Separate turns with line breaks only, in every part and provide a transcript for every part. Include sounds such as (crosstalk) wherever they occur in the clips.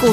股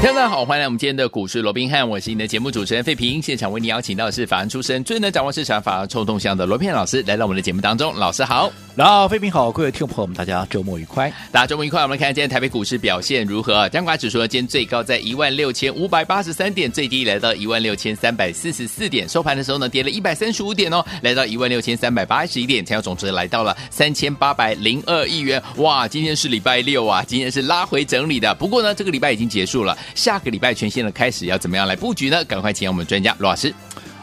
听众大家好，欢迎来我们今天的股市罗宾汉，我是你的节目主持人费平。现场为你邀请到的是法案出身、最能掌握市场法案臭动向的罗宾汉老师，来到我们的节目当中。老师好，
然后，飞平好，各位听众朋友们，大家周末愉快。
大家周末愉快。我们看今天台北股市表现如何？加权指数呢，今天最高在一万六千五百八十三点，最低来到一万六千三百四十四点，收盘的时候呢，跌了一百三十五点哦，来到一万六千三百八十一点，成交总值来到了三千八百零二亿元。哇，今天是礼拜六啊，今天是拉回整理的。不过呢，这个礼拜已经结束了，下个礼拜全新的开始，要怎么样来布局呢？赶快请我们专家罗老师。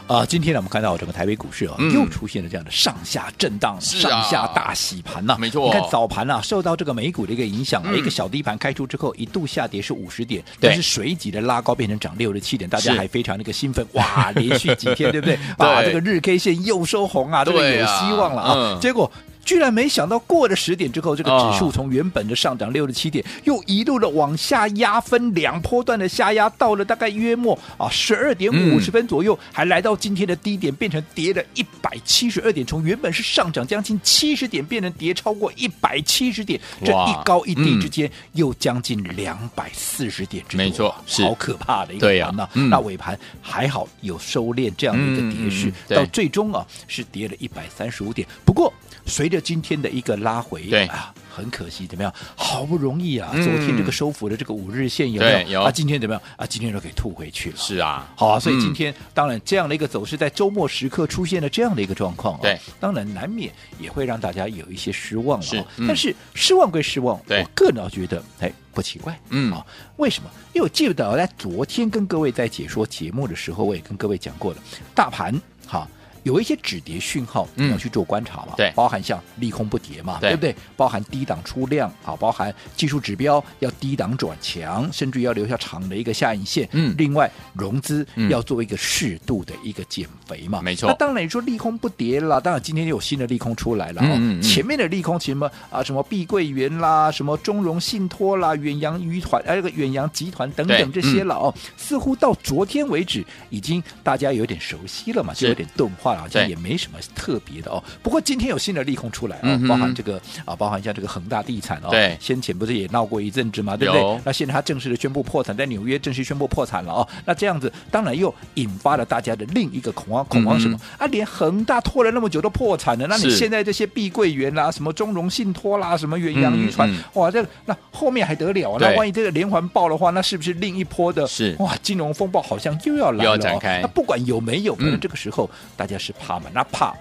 啊，今天呢，我们看到整个台北股市啊，
嗯
又出现了这样的上下震荡、
是啊
上下大洗盘呐、
没错
你看早盘呐、受到这个美股的一个影响、啊，
嗯
一个小低盘开出之后，一度下跌是五十点，
对
但是随即的拉高变成涨六十七点，大家
是
还非常那个兴奋，
(laughs)
哇，连续几天对不对？啊，
对
这个日 K 线又收红啊，这个
对
有
啊
希望了啊，
嗯
结果。居然没想到过了十点之后，这个
啊
指数从原本的上涨六十七点，又一路的往下压，分两波段的下压，到了大概约莫啊十二点
嗯
五十分左右，还来到今天的低点，变成跌了一百七十二点，从原本是上涨将近七十点，变成跌超过一百七十点，这
哇
一高一低
嗯
之间又将近两百四十点之多，
没错是
好可怕的一
对
个
呀
盘呐、
嗯
那尾盘还好有收敛这样的一个跌
嗯嗯
势，
嗯对
到最终啊是跌了一百三十五点。不过随着今天的一个拉回，
对
啊，很可惜，怎么样？好不容易啊，
嗯
昨天这个收复的这个五日线有没有？
对有
啊，今天怎么样？啊，今天都给吐回去了。
是啊，
好、啊，所以
嗯
今天、当然这样的一个走势，在周末时刻出现了这样的一个状况、啊，
对，
当然难免也会让大家有一些失望了、
是
啊。
嗯
但是失望归失望，
对
我个人倒觉得，哎，不奇怪，
嗯
啊，为什么？因为我记得我在昨天跟各位在解说节目的时候，我也跟各位讲过了，大盘哈、有一些止跌讯号，
嗯
你要去做观察嘛，
对
包含像利空不跌嘛，
对
对不对？包含低档出量啊，包含技术指标要低档转强，甚至于要留下长的一个下影线，
嗯
另外融资
嗯
要做一个适度的一个减肥嘛，
没错
那当然你说利空不跌啦，当然今天又有新的利空出来了、哦，
嗯嗯嗯
前面的利空什么啊，什么碧桂园啦，什么中融信托啦，远洋集团，哎、这个远洋集团等等
对嗯
这些了哦，似乎到昨天为止已经大家有点熟悉了嘛，
是
就有点钝化了，好像
对
也没什么特别的哦。不过今天有新的利空出来哦，
嗯哼
包含这个啊，包含像这个恒大地产哦，
对
先前不是也闹过一阵子嘛，对不
有
对？那现在它正式的宣布破产，在纽约正式宣布破产了哦。那这样子，当然又引发了大家的另一个恐慌，恐慌什么？啊，连恒大拖了那么久都破产了，那你
嗯是
现在这些碧桂园啦、什么中融信托啦、什么远洋渔船，
嗯嗯
哇，这那后面还得了啊？
对
那万一这个连环爆的话，那是不是另一波的
是
哇金融风暴好像又要
又
来了、
要
哦？
展开
那不管有没有，可能
嗯
这个时候、大家是怕嘛？那怕。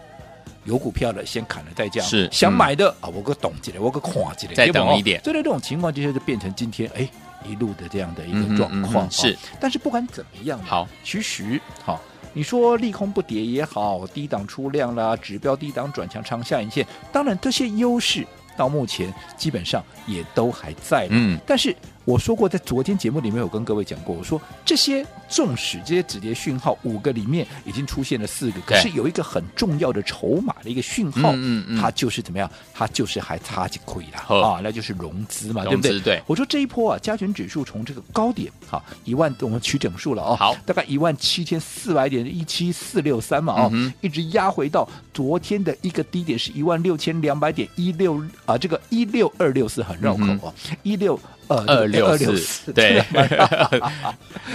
有股票的先砍了再降，
是
想
嗯
买的、啊，我个懂起来，我个看起来，哦
再
对不
等一点
所以在这种情况之下，就变成今天哎一路的这样的一
嗯哼
个状
嗯
况、哦
哼是，
但是不管怎么样呢，
好，
其实好。你说利空不跌也好，低档出量啦，指标低档转强长下影线，当然这些优势到目前基本上也都还在了。
嗯，
但是我说过，在昨天节目里面有跟各位讲过，我说这些纵使这些止跌讯号五个里面已经出现了四个，可
对
是有一个很重要的筹码的一个讯号，
嗯嗯嗯
它就是怎么样？它就是还差几亏啦
呵
啊，那就是融资嘛，对
融
不
资
对？
对
我说这一波啊，加权指数从这个高点啊一万，我们取整数了哦，
好
大概一万七千四百点一七四六三嘛哦，
嗯哼
一直压回到昨天的一个低点是一万六千两百点一六啊，这个一六二六四很绕口
嗯
哦，一六呃
二六四
四，
对，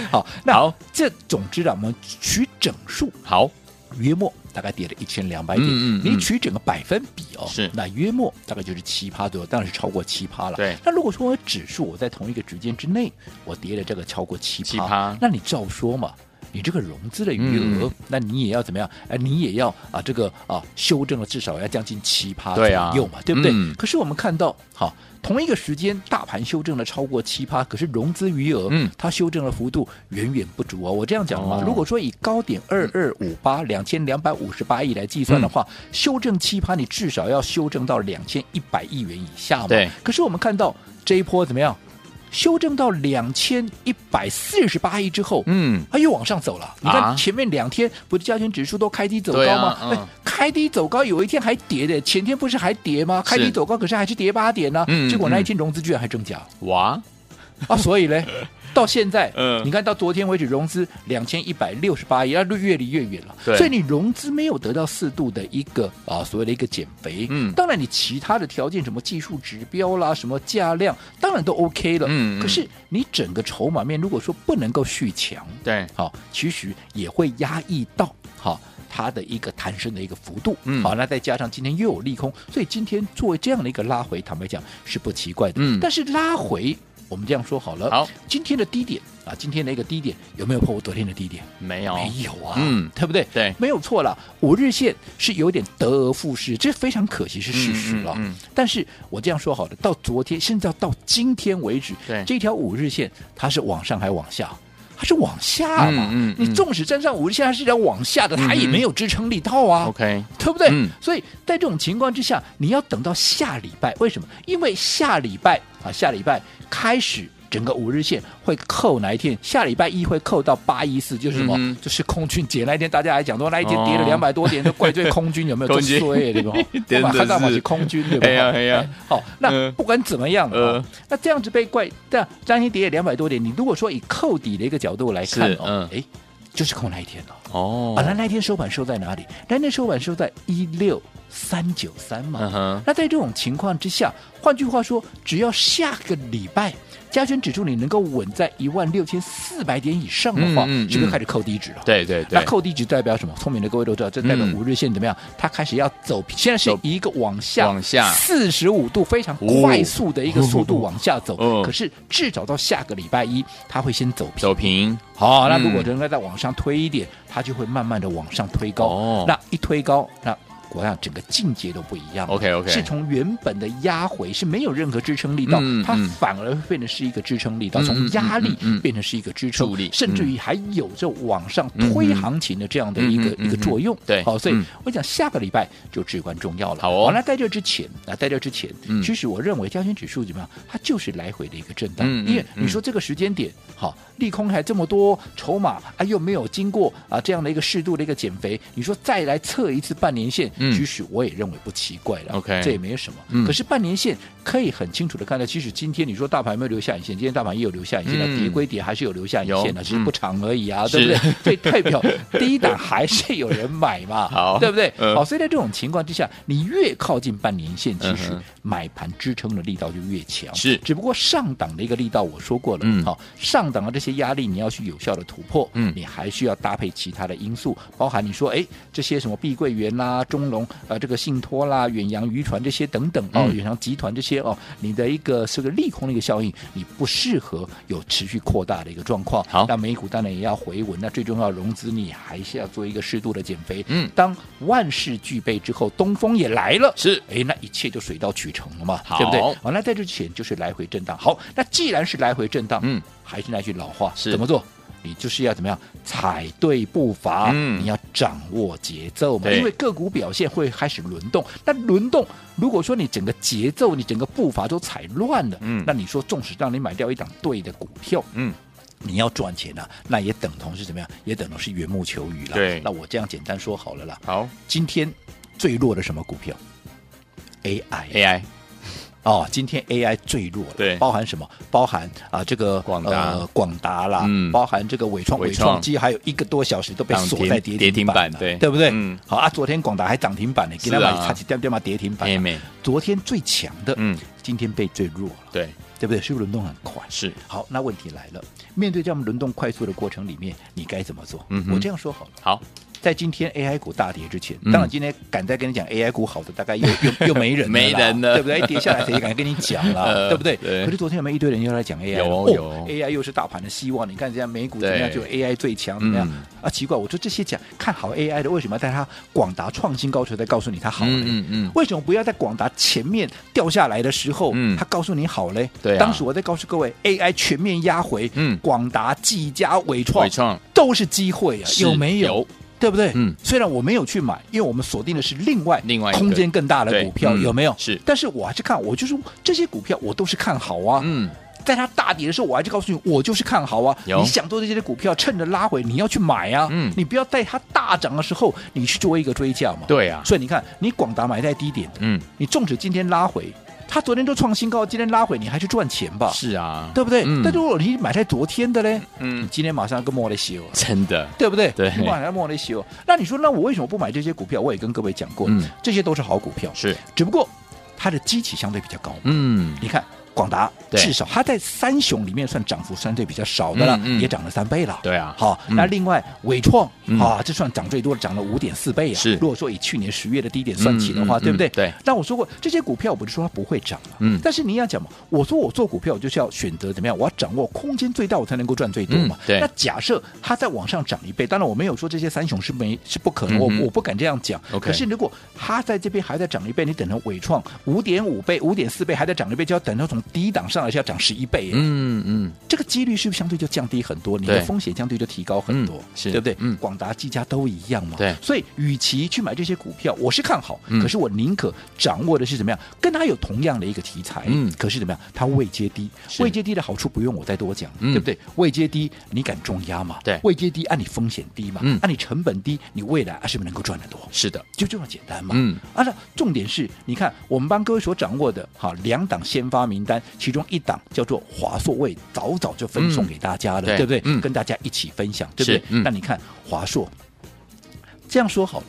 好，那
好
这总之啊，我们取整数
好，
约莫大概跌了一千两百点，
嗯嗯嗯
你取整个百分比哦，
是
那约莫大概就是七趴左右，当然是超过七趴了。
对
那如果说我指数我在同一个区间之内，我跌了这个超过七
7%
那你照说嘛。你这个融资的余额，
嗯
那你也要怎么样？哎、你也要啊，这个啊，修正了至少要将近七趴左
对啊
右嘛，对不对？
嗯
可是我们看到，好，同一个时间大盘修正了超过七趴，可是融资余额，
嗯
它修正的幅度远远不足啊。我这样讲嘛，
哦
如果说以高点二二五八两千两百五十八亿来计算的话，修正七趴，你至少要修正到两千一百亿元以下嘛。
对。
可是我们看到这一波怎么样？修正到两千一百四十八亿之后，哎
嗯，
它又往上走了。你看
啊
前面两天不是加权指数都开低走高吗？
对啊嗯
哎开开低走高，有一天还跌的，前天不是还跌吗？开低走高，可是还是跌八点呢、
嗯
结果那一天融资居然还增加、
哇，
啊，
(laughs)
所以嘞。到现在，
嗯
你看到昨天为止融资两千一百六十八亿，要越离越远了。
对
所以你融资没有得到适度的一个啊所谓的一个减肥，
嗯
当然你其他的条件什么技术指标啦，什么价量，当然都 OK 了。
嗯嗯
可是你整个筹码面如果说不能够续强，
对，
好、其实也会压抑到好、它的一个弹升的一个幅度，
嗯
好，那再加上今天又有利空，所以今天做这样的一个拉回，坦白讲是不奇怪的。
嗯
但是拉回，我们这样说好了，
好，
今天的低点啊，今天的一个低点有没有破我昨天的低点？
没有，
没有啊，
嗯
对不对？
对
没有错了。五日线是有点得而复失，这非常可惜，是事实了。
嗯嗯嗯
但是我这样说好了，到昨天，甚至到今天为止，
对
这条五日线它是往上还往下？它是往下嘛？
嗯嗯嗯
你纵使站上五日线，它是一条往下的，它也没有支撑力道啊。
，OK，
对不对？
嗯
所以在这种情况之下，你要等到下礼拜，为什么？因为下礼拜啊，下礼拜开始。整个五日线会扣哪一天？下礼拜一会扣到八一四，就是什么？
嗯哼
就是空军节那一天，大家来讲说那一天跌了
哦
两百多点，都怪罪空军有没有
空
这
军
衰 (laughs) 对吧？
哦真的是
看到嘛是空军对吧？
哎呀哎呀
哎好，
嗯
那不管怎么样，
呃
哦那这样子被怪，但张天跌了两百多点，你如果说以扣底的一个角度来看
是
哦，
嗯
哎，就是扣那一天了。
哦
啊，那那天收盘收在哪里？那天收盘收在一六三九三嘛。
嗯哼，
那在这种情况之下，换句话说，只要下个礼拜加权指数你能够稳在一万六千四百点以上的话，
嗯嗯
是
嗯
不是开始扣低值了？。
对对
那
对，
扣低值代表什么？聪明的各位都知道，这代表
嗯
五日线怎么样？它开始要走，现在是
走
一个往下，
往下
四十五度非常
哦
快速的一个速度往下走。
哦
可是至少到下个礼拜一，它会先走平。
走平，
好，那
嗯
如果人该再往上推一点，它就会慢慢的往上推高。
哦
那一推高，那我想整个境界都不一样了。
OK，OK
是从原本的压回是没有任何支撑力道，
嗯
它
嗯
反而会变成是一个支撑力道，
嗯嗯
从压力
嗯嗯嗯
变成是一个支撑
助力嗯
甚至于还有着往上推行情的这样的一个、
嗯嗯嗯
一个作用。
对
好，所以
嗯
我讲下个礼拜就至关重要了。
好哦
那在这之前，那在这之前，
嗯
其实我认为加权指数怎么样，它就是来回的一个震荡，
嗯嗯
因为
嗯
你说。说这个时间点，好，利空还这么多，筹码啊又没有经过啊这样的一个适度的一个减肥，你说再来测一次半年线，
嗯
其实我也认为不奇怪了
OK
这也没有什么。
嗯
可是半年线可以很清楚的看到，其实今天你说大盘有没有留下影线？今天大盘也有留下影线的，
嗯
跌归跌，还是有留下影线
有
的，只是
嗯
不长而已啊，
是
对不对？所以代表低档还是有人买嘛，
(laughs) 好
对不对？
嗯
好，所以在这种情况之下，你越靠近半年线，其实
嗯哼
买盘支撑的力道就越强。
是
只不过上档的一个力道我说过了，
嗯
好、上档的这些压力你要去有效的突破，
嗯
你还需要搭配其他的因素，包含你说，哎，这些什么碧桂园啦、中龙呃这个信托啦、远洋渔船这些等等哦，
嗯
远洋集团这些哦，你的一个是个利空的一个效应，你不适合有持续扩大的一个状况。
好
那美股当然也要回稳，那最重要融资你还是要做一个适度的减肥。
嗯
当万事俱备之后，东风也来了，
是
哎，那一切就水到渠成了嘛，
好
对不对？好，那在这之前就是来回震荡。好，那既然是来回震荡，
嗯，
还是那句老话，
是
怎么做？你就是要怎么样踩对步伐，
嗯
你要掌握节奏嘛，
对
因为个股表现会开始轮动。那轮动，如果说你整个节奏、你整个步伐都踩乱了，
嗯
那你说纵使让你买掉一档对的股票，
嗯，
你要赚钱啊，那也等同是怎么样？也等同是缘木求鱼了。
对
那我这样简单说好了啦。
好
今天最弱的什么股票？AI
，AI，
哦，今天 AI 最弱了，
对
包含什么？包含啊、这个
广达
呃、广达啦，
嗯
包含这个伟创，
伟
伟
创
创机还有一个多小时都被
涨
锁
停
在
跌
跌
停
停
板
板了，
对
对不对？
嗯
好啊，昨天广达还涨停板呢，
是
今
啊
天买差几点点嘛跌停板
妹
啊，
妹，
昨天最强的，
嗯，
今天被最弱了，
对，
对不对？是不是轮动很快？
是，
好，那问题来了，面对这样轮动快速的过程里面，你该怎么做？
嗯哼
我这样说好了。
好，
在今天 AI 股大跌之前，
嗯
当然今天敢再跟你讲 AI 股好的，大
(laughs)
概又又又没人了啦
没人了
对不对？跌下来谁敢跟你讲
(laughs) 呃
了，对不对？
对
可是昨天有没有一堆人又来讲 AI？了
有哦
哦
有哦
AI 又是大盘的希望，你看人家美股怎么样，
对
就有 AI 最强怎么样
嗯
啊？奇怪，我说这些讲看好 AI 的，为什么要在它广达创新高时候再告诉你它好呢？
嗯嗯嗯
为什么不要在广达前面掉下来的时候，
嗯
它告诉你好嘞？
对啊
当时我在告诉各位，AI 全面压回，
嗯
广达、技嘉、伟创
伟创
都是机会啊，
是
有没有？
有
对不对？
嗯
虽然我没有去买，因为我们锁定的是另外
另外一个
空间更大的股票，
对嗯
有没有？
是
但是我还是看，我就是这些股票我都是看好啊。
嗯，
在它大跌的时候，我还是告诉你，我就是看好啊。
有
你想做这些股票，趁着拉回你要去买啊，
嗯
你不要在它大涨的时候你去做一个追价嘛。
对啊
所以你看，你广达买在低点的，
嗯，
你纵使今天拉回，它昨天都创新高，今天拉回你还去赚钱吧？
是啊，
对不对？
嗯
但如果你买在昨天的嘞，
嗯
你，今天马上要跟莫雷修，
真的，
对不对？
对
你马上要莫雷修。那你说，那我为什么不买这些股票？我也跟各位讲过，
嗯
这些都是好股票，
是，
只不过它的基期相对比较高。
嗯，
你看广达，
对
至少它在三雄里面算涨幅相对比较少的了，
嗯嗯
也涨了三倍了。
对啊
好，
嗯
那另外伟创、
嗯
啊，这算涨最多的，涨了五点四倍啊。
是
如果说以去年十月的低点算起的话，
嗯嗯
对不对？
嗯对。
但我说过，这些股票我不是说它不会涨嘛，
嗯
但是你要讲嘛，我说我做股票，我就是要选择怎么样，我要掌握空间最大，我才能够赚最多嘛。
嗯对
那假设它再往上涨一倍，当然我没有说这些三雄是没是不可能，我
嗯哼
我不敢这样讲。
OK
可是如果它在这边还在涨一倍，你等到伟创五点五倍、五点四倍还在涨一倍，就要等到从低档上来是要涨十一倍耶、
嗯嗯，
这个几率是不是相对就降低很多？你
对
的风险相对就提高很多
嗯，是
对不对？
嗯
广达、技嘉都一样嘛。
对
所以与其去买这些股票，我是看好，
嗯
可是我宁可掌握的是怎么样，跟它有同样的一个题材，
嗯
可是怎么样，它位阶低，
是
位阶低的好处不用我再多讲，
嗯
对不对？位阶低，你敢重压嘛？
对
位阶低，按、你风险低嘛，啊
嗯
按、你成本低，你未来、啊、是不是能够赚得多？
是的，
就这么简单嘛。
嗯，
啊，那重点是，你看我们帮各位所掌握的哈两档先发名单，其中一档叫做华硕位，早早就分送给大家了，
对
对不对？
嗯
跟大家一起分享，对不对
是？嗯
那你看华硕，这样说好了。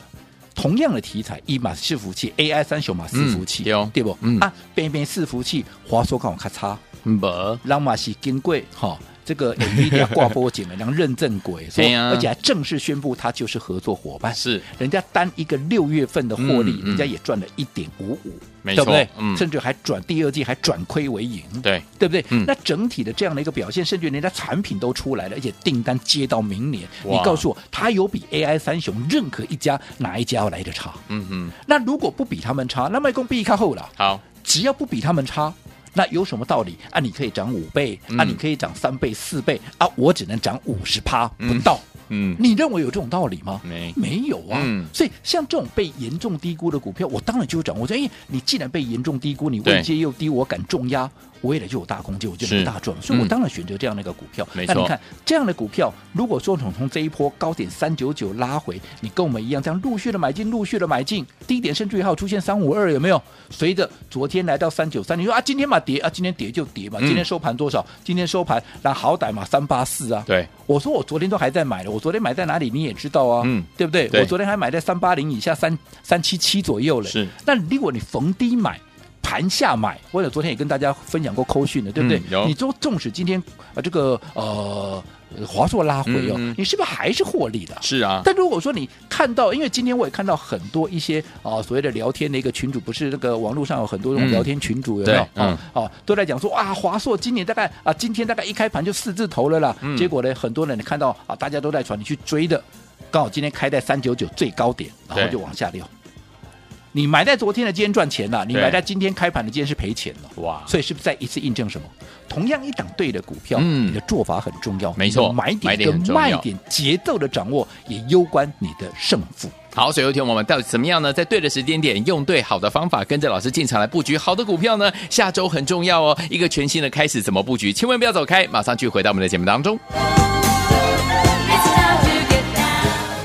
同样的题材，一码伺服器，AI 三雄嘛，伺服器，
嗯对哦
对不？
嗯
啊，边边伺服器，华硕跟我咔嚓，
不，
让马是金贵哈。这个 NVIDIA 挂波景了，让认证鬼， (laughs) 说
对呀
而且还正式宣布它就是合作伙伴。
是
人家单一个六月份的获利
嗯，嗯
人家也赚了一点五五，
没
对不对
错？嗯
甚至还转第二季还转亏为盈，
对，
对不对
嗯？
那整体的这样的一个表现，甚至人家产品都出来了，而且订单接到明年，
哇
你告诉我，它有比 AI 三雄任何一家哪一家要来的差？
嗯嗯，
那如果不比他们差，那麦共必看后了。
好，
只要不比他们差，那有什么道理？啊，你可以涨五倍，
嗯
啊，你可以涨三倍、四倍，啊，我只能涨五十趴不到。
嗯，
你认为有这种道理吗？
没
没有啊。
嗯
所以像这种被严重低估的股票，我当然就会掌握。我说，哎，你既然被严重低估，你
对
位阶又低，我敢重压，我也得就有大空间，我就是能大赚。所以我
嗯
当然选择这样的一个股票。
没
那你
错
看这样的股票，如果说从从这一波高点三九九拉回，你跟我们一样这样陆续的买进，陆续的买进，低点甚至于还有出现三五二，有没有？随着昨天来到三九三，你说啊，今天嘛跌啊，今天跌就跌嘛，
嗯
今天收盘多少？今天收盘那好歹嘛三八四啊，
对，
我说我昨天都还在买了，我昨天买在哪里你也知道啊，
嗯
对不对？
对
我昨天还买在三八零以下，三三七七左右了。
是，
那如果你逢低买。盘下买，或者昨天也跟大家分享过扣讯的，对不对？
嗯有
你就纵使今天呃这个呃华硕拉回哦，
嗯嗯
你是不是还是获利的？
是啊，
但如果说你看到，因为今天我也看到很多一些啊、所谓的聊天的一个群主，不是那个网络上有很多
嗯
那种聊天群主、有没有？
对嗯
啊啊，都在讲说啊，华硕今年大概啊，今天大概一开盘就四字头了啦。
嗯
结果呢，很多人你看到啊，大家都在传，你去追的，刚好今天开在三九九最高点，然后
对
就往下溜。你买在昨天的今天赚钱了，你
对
买在今天开盘的今天是赔钱了。
哇，
所以是不是再一次印证什么？同样一档对的股票，
嗯
你的做法很重要，
没错
你的买
买
点
点很
跟
重要
卖点节奏的掌握也攸关你的胜负。
好，所以有听我们到底怎么样呢？在对的时间点，用对好的方法，跟着老师进场来布局好的股票呢？下周很重要哦，一个全新的开始，怎么布局？千万不要走开，马上去回到我们的节目当中。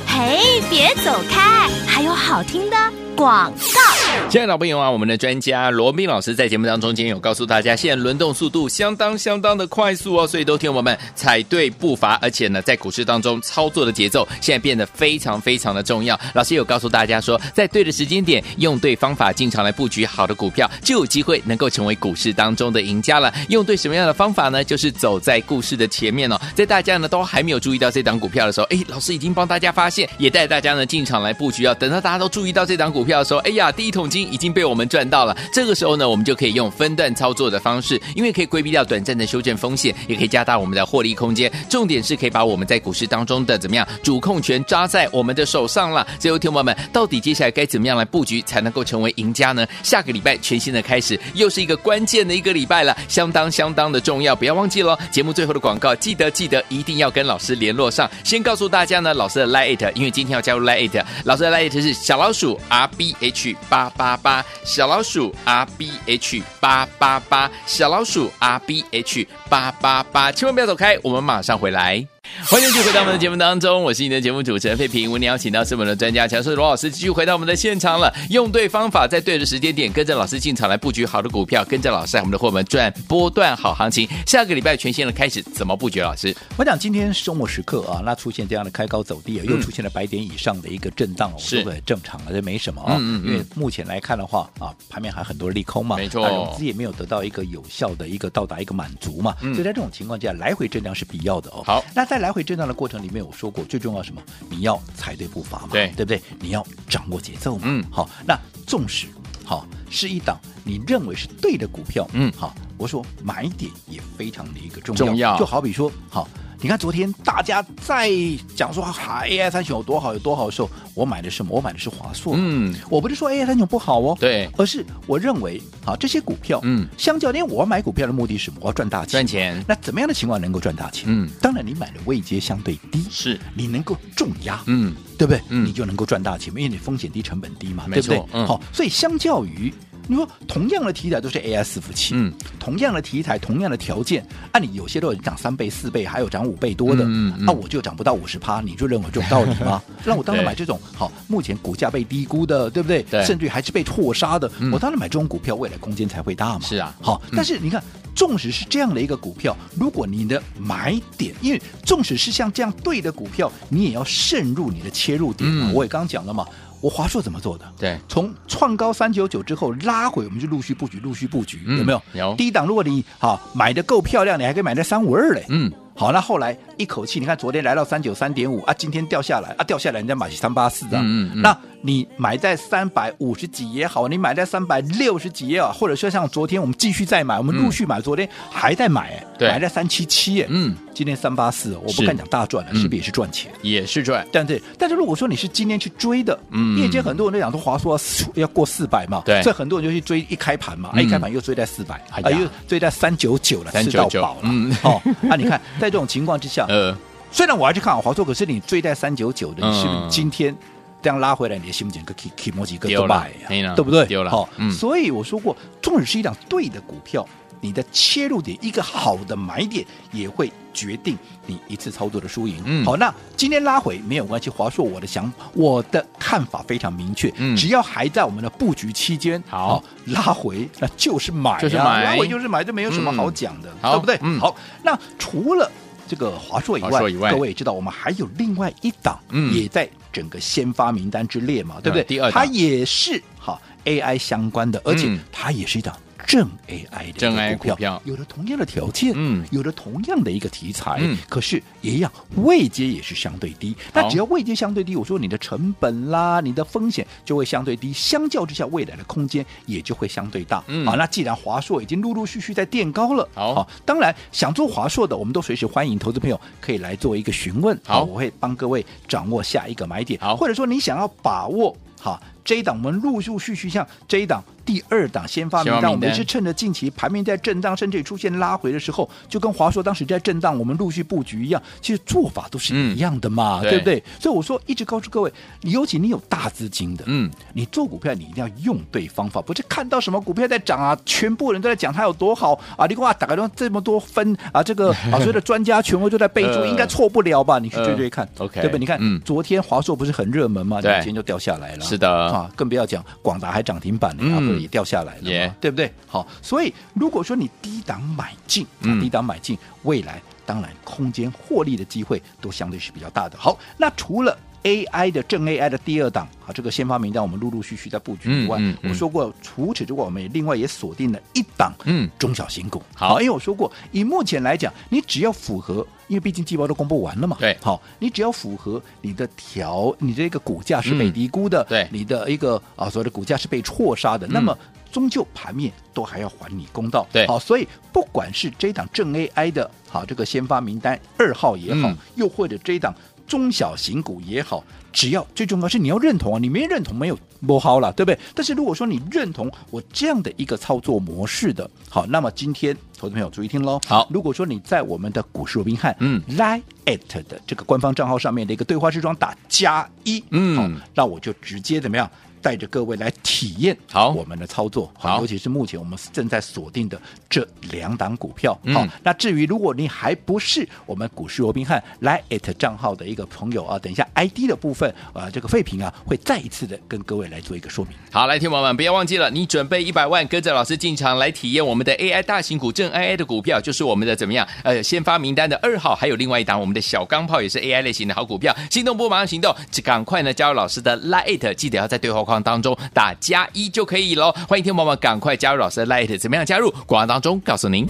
嘿，别走开，还有好听的广告。
亲爱的老朋友啊，我们的专家罗斌老师在节目当中今天有告诉大家，现在轮动速度相当相当的快速哦，所以都听我们踩对步伐，而且呢，在股市当中操作的节奏现在变得非常非常的重要。老师有告诉大家说，在对的时间点，用对方法进场来布局好的股票，就有机会能够成为股市当中的赢家了。用对什么样的方法呢？就是走在故事的前面哦，在大家呢都还没有注意到这档股票的时候，哎，老师已经帮大家发现，也带大家呢进场来布局啊。等到大家都注意到这档股票的时候，哎呀，第一桶金已经被我们赚到了。这个时候呢，我们就可以用分段操作的方式，因为可以规避掉短暂的修正风险，也可以加大我们的获利空间。重点是可以把我们在股市当中的怎么样主控权抓在我们的手上了。所以，听众朋友们，到底接下来该怎么样来布局才能够成为赢家呢？下个礼拜全新的开始，又是一个关键的一个礼拜了，相当相当的重要，不要忘记喽。节目最后的广告，记得记得一定要跟老师联络上。先告诉大家呢，老师的 Lite，因为今天要加入 Lite，老师的 Lite 是小老鼠 R B。 B H 八八八，小老鼠 R B H 八八八，小老鼠 R B H 八八八，千万不要走开，我们马上回来。欢迎继续回到我们的节目当中，我是你的节目主持人费平。我们邀请到是我们的专家强势罗老师，继续回到我们的现场了。用对方法，在对的时间点，跟着老师进场来布局好的股票，跟着老师，我们的伙伴赚波段好行情。下个礼拜全新的开始，怎么布局？老师，
我讲今天是周末时刻啊，那出现这样的开高走低啊，又
嗯
出现了百点以上的一个震荡，我
是
说的很正常了，这没什么啊。
嗯嗯嗯
因为目前来看的话啊，盘面还很多利空嘛，
没错
那融资也没有得到一个有效的一个到达一个满足嘛，
嗯
所以在这种情况下，来回震荡是必要的哦。
好
那在来回震荡的过程里面，我说过最重要是什么？你要踩对步伐嘛，
对
对不对？你要掌握节奏嘛。
嗯
好，那纵使好是一档你认为是对的股票，
嗯
好，我说买点也非常的一个重要，
重要
就好比说，好，你看昨天大家在讲说哈 AI 三雄有多好有多好的时候，我买的是什么？我买的是华硕，，
嗯，
我不是说 AI 三雄不好哦，
对
而是我认为啊这些股票，
嗯，
相较于我买股票的目的是什么？我要赚大钱，
赚钱
那怎么样的情况能够赚大钱？
嗯，
当然你买的位阶相对低，
是，
你能够重压，
嗯，
对不对？
嗯
你就能够赚大钱嘛，因为你风险低、成本低嘛，
没
对不对
错？嗯
好，所以相较于你说同样的题材都是 AI 伺服器，
嗯，
同样的题材、同样的条件，啊，你有些都有涨三倍、四倍，还有涨五倍多的，
嗯嗯
那我就涨不到五十趴，你就认为这种道理
(laughs)
吗？那我当然
对
买这种好，目前股价被低估的，对不对？
对
甚至于还是被错杀的，
嗯
我当然买这种股票，未来空间才会大嘛。
是啊
好，但是你看，纵使是这样的一个股票，如果你的买点，因为纵使是像这样对的股票，你也要慎入你的切入点嘛。
嗯
我也刚刚讲了嘛，我华硕怎么做的？
对，
从创高三九九之后拉回，我们就陆续布局，陆续布局，
嗯
有没有？
有
低档，如果你好买的够漂亮，你还可以买在三五二嘞。
嗯，
好，那后来一口气，你看昨天来到三九三点五啊，今天掉下来啊，掉下来人家买三八四啊，
嗯嗯嗯
那你买在三百五十几也好，你买在三百六十几也好，或者说像昨天我们继续再买，我们陆续买，昨天还在买，哎
嗯对
买在三七七，哎
嗯，
今天三八四，我不
是
敢讲大赚了，
嗯
是不是也是赚钱？
也是赚，
但对，但是如果说你是今天去追的，
嗯
业界很多人都讲说华硕要四要过四百嘛，
对
所以很多人就去追一开盘嘛，啊
嗯
一开盘又追在四百、
哎
啊，
呀
又追在三九九了，
399
吃到饱了，
嗯
哦，啊，你看在这种情况之下，
呃，
虽然我还去看好华硕，可是你追在三九九的，你是不
嗯
是今天这样拉回来，你的心情跟 K K 摩几个
丢
都
了
卖
对啦
对不对？
丢了
好
嗯，
所以我说过，纵使是一档对的股票，你的切入点一个好的买点也会决定你一次操作的输赢。
嗯
好，那今天拉回没有关系，华硕我的想我的看法非常明确，
嗯
只要还在我们的布局期间，
好
拉回那就是买呀、啊
就是买
拉回就是买，这没有什么
嗯
好讲的，
好
对不对？
嗯
好，那除了。这个华硕以
华
外，
硕以外
各位也知道，我们还有另外一档，
嗯
也在整个先发名单之列嘛，对不对？
嗯第二档嗯
它也是哈 AI 相关的，而且它也是一档正 AI 的
正 AI
一个
股票
有着同样的条件，
嗯
有着同样的一个题材，
嗯
可是也一样，位阶也是相对低。
好
那只要位阶相对低，我说你的成本啦，你的风险就会相对低，相较之下，未来的空间也就会相对大。
嗯
好，那既然华硕已经陆陆续续在垫高了，
好
当然想做华硕的，我们都随时欢迎投资朋友可以来做一个询问，
好
我会帮各位掌握下一个买点，
好
或者说你想要把握好这一档，我们陆陆续续像这一档。第二档先发名
先发名
单，我们也
单
是趁着近期盘面在震荡，甚至于出现拉回的时候，就跟华硕当时在震荡，我们陆续布局一样，其实做法都是
嗯
一样的嘛，
对
对不对？所以我说一直告诉各位，尤其你有大资金的，
嗯，
你做股票，你一定要用对方法，不是看到什么股票在涨啊，全部人都在讲它有多好啊！你给我打开这么多分啊，这个
(laughs)
啊，所有的专家权威都在备注，
呃
应该错不了吧？你去追追看、
呃，OK，
对不对？你看、
嗯
昨天华硕不是很热门嘛，你
对
今天就掉下来了，
是的
啊，更不要讲广达还涨停板了，啊，
嗯
不是也掉下来了
也
嘛，对不对？好，所以如果说你低档买进，啊
嗯，
低档买进，未来当然空间获利的机会都相对是比较大的。好，那除了 AI 的正 AI 的第二档啊，这个先发名单我们陆陆续续在布局以外，
嗯嗯嗯
我说过，除此之外，我们也另外也锁定了一档
嗯
中小型股。
好
因为我说过，以目前来讲，你只要符合，因为毕竟季报都公布完了嘛，
对
好，你只要符合你的条，你这个股价是被
嗯
低估的，
对嗯
你的一个啊所谓的股价是被错杀的，那么。终究盘面都还要还你公道，
对
好，所以不管是这档正 AI 的，好这个先发名单二号也好，
嗯
又或者这档中小型股也好，只要最重要是你要认同啊，你没认同没有不好了，对不对？但是如果说你认同我这样的一个操作模式的，好，那么今天投资朋友注意听喽，
好
如果说你在我们的股市罗宾汉，
嗯
，Line at 的这个官方账号上面的一个对话视窗打加一，
嗯
好，那我就直接怎么样？带着各位来体验
好
我们的操作，
好
尤其是目前我们正在锁定的这两档股票。
嗯
好，那至于如果你还不是我们股市罗宾汉 Line at 账号的一个朋友啊，等一下 ID 的部分啊，这个废品啊会再一次的跟各位来做一个说明。
好，来，听友们，不要忘记了，你准备一百万，跟着老师进场来体验我们的 AI 大型股正 AI 的股票，就是我们的怎么样？呃，先发名单的二号，还有另外一档我们的小钢炮，也是 AI 类型的好股票。心动不马上行动，只赶快呢加入老师的 Lite，记得要在对话框当中打加一就可以喽。欢迎听友们赶快加入老师的 Lite，怎么样加入？广告当中告诉您。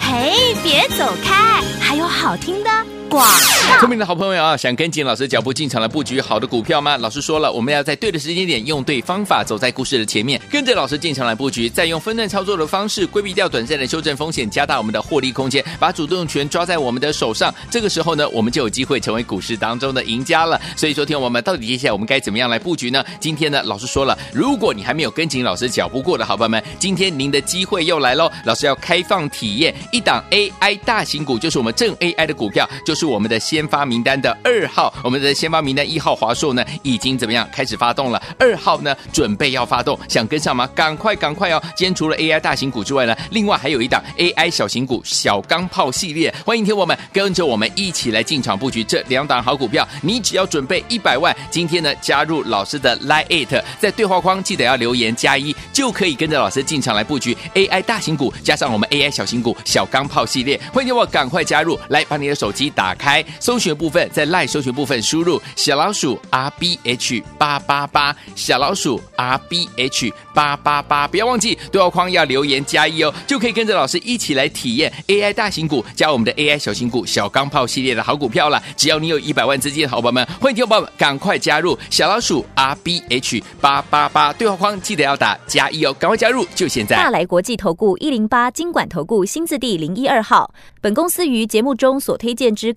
嘿，别走开，还有好听的广。
(laughs) 聪明的好朋友啊，想跟紧老师脚步进场来布局好的股票吗？老师说了，我们要在对的时间点，用对方法，走在故事的前面，跟着老师进场来布局，再用分段操作的方式规避掉短暂的修正风险，加大我们的获利空间，把主动权抓在我们的手上。这个时候呢，我们就有机会成为股市当中的赢家了。所以，昨天我们到底接下来我们该怎么样来布局呢？今天呢，老师说了，如果你还没有跟紧老师脚步过的好朋友们，今天您的机会又来喽！老师要开放体验一档 AI 大型股，就是我们正 AI 的股票，就是我们的先发名单的二号。我们的先发名单一号华硕呢，已经怎么样开始发动了？二号呢，准备要发动，想跟上吗？赶快赶快哦！今天除了 AI 大型股之外呢，另外还有一档 AI 小型股小钢炮系列，欢迎听我们跟着我们一起来进场布局这两档好股票。你只要准备一百万，今天呢加入老师的 Line It，在对话框记得要留言加一，就可以跟着老师进场来布局 AI 大型股，加上我们 AI 小型股小钢炮系列。欢迎我赶快加入，来把你的手机打开，搜寻部分在 Line 搜寻部分输入小老鼠 R B H 八八八，小老鼠 R B H 八八八，不要忘记对话框要留言加一哦，就可以跟着老师一起来体验 AI 大型股加我们的 AI 小型股小钢炮系列的好股票啦。只要你有一百万资金，好朋友们，欢迎听众朋友们赶快加入小老鼠 R B H 八八八，对话框记得要打加一哦，赶快加入，就现在。
大来国际投顾一零八金管投顾新字第零一二号。本公司于节目中所推荐之